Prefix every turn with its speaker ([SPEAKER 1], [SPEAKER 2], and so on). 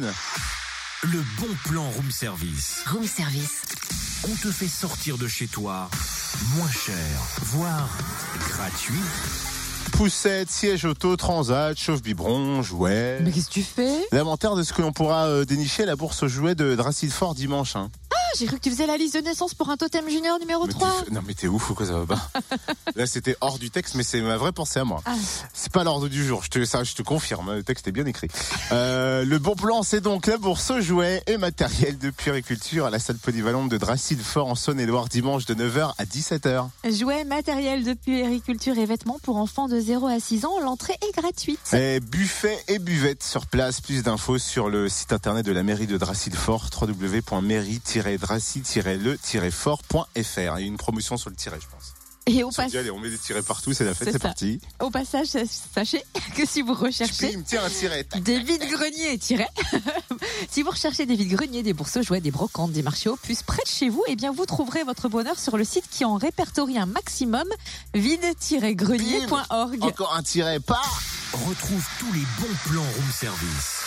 [SPEAKER 1] Martine.
[SPEAKER 2] Le bon plan room service.
[SPEAKER 3] Room service.
[SPEAKER 2] On te fait sortir de chez toi moins cher, voire gratuit.
[SPEAKER 1] Poussette, siège auto, transat, chauffe-biberon, jouets.
[SPEAKER 3] Mais qu'est-ce que tu fais
[SPEAKER 1] L'inventaire de ce que l'on pourra euh, dénicher à la bourse aux jouets de Dracide Fort dimanche. Hein.
[SPEAKER 3] Ah, J'ai cru que tu faisais la liste de naissance pour un totem junior numéro
[SPEAKER 1] Mais
[SPEAKER 3] 3.
[SPEAKER 1] t'es f- Non mais t'es ouf ou quoi ça va pas Là c'était hors du texte mais c'est ma vraie pensée à moi.
[SPEAKER 3] Ah.
[SPEAKER 1] C'est pas l'ordre du jour, je te, ça, je te confirme, hein, le texte est bien écrit. Euh, le bon plan c'est donc la bourse aux jouets et matériel de puériculture à la salle polyvalente de Dracide Fort en Saône-et-Loire dimanche de 9h à 17h.
[SPEAKER 3] Jouets, matériel de puériculture et vêtements pour enfants de 0 à 6 ans, l'entrée est gratuite.
[SPEAKER 1] Et buffet et buvette sur place. Plus d'infos sur le site internet de la mairie de Dracide-Fort, www.mairie-dracide-le-fort.fr. Il y a une promotion sur le tiret, je pense.
[SPEAKER 3] Et au,
[SPEAKER 1] On se
[SPEAKER 3] pas-
[SPEAKER 1] dit, allez, on met des tirets partout, c'est la fête,
[SPEAKER 3] C'est
[SPEAKER 1] c'est
[SPEAKER 3] ça.
[SPEAKER 1] parti.
[SPEAKER 3] au passage, sa- sachez que si vous recherchez
[SPEAKER 1] Pim, tiens un tiret. tac.
[SPEAKER 3] des vides-greniers, tirez Si vous recherchez des vides-greniers, des bourses aux jouets, des brocantes, des marchés aux puces près de chez vous, eh bien vous trouverez votre bonheur sur le site qui en répertorie un maximum, vide-grenier.org.
[SPEAKER 1] Encore un tiret, pas
[SPEAKER 2] Retrouve tous les bons plans room service.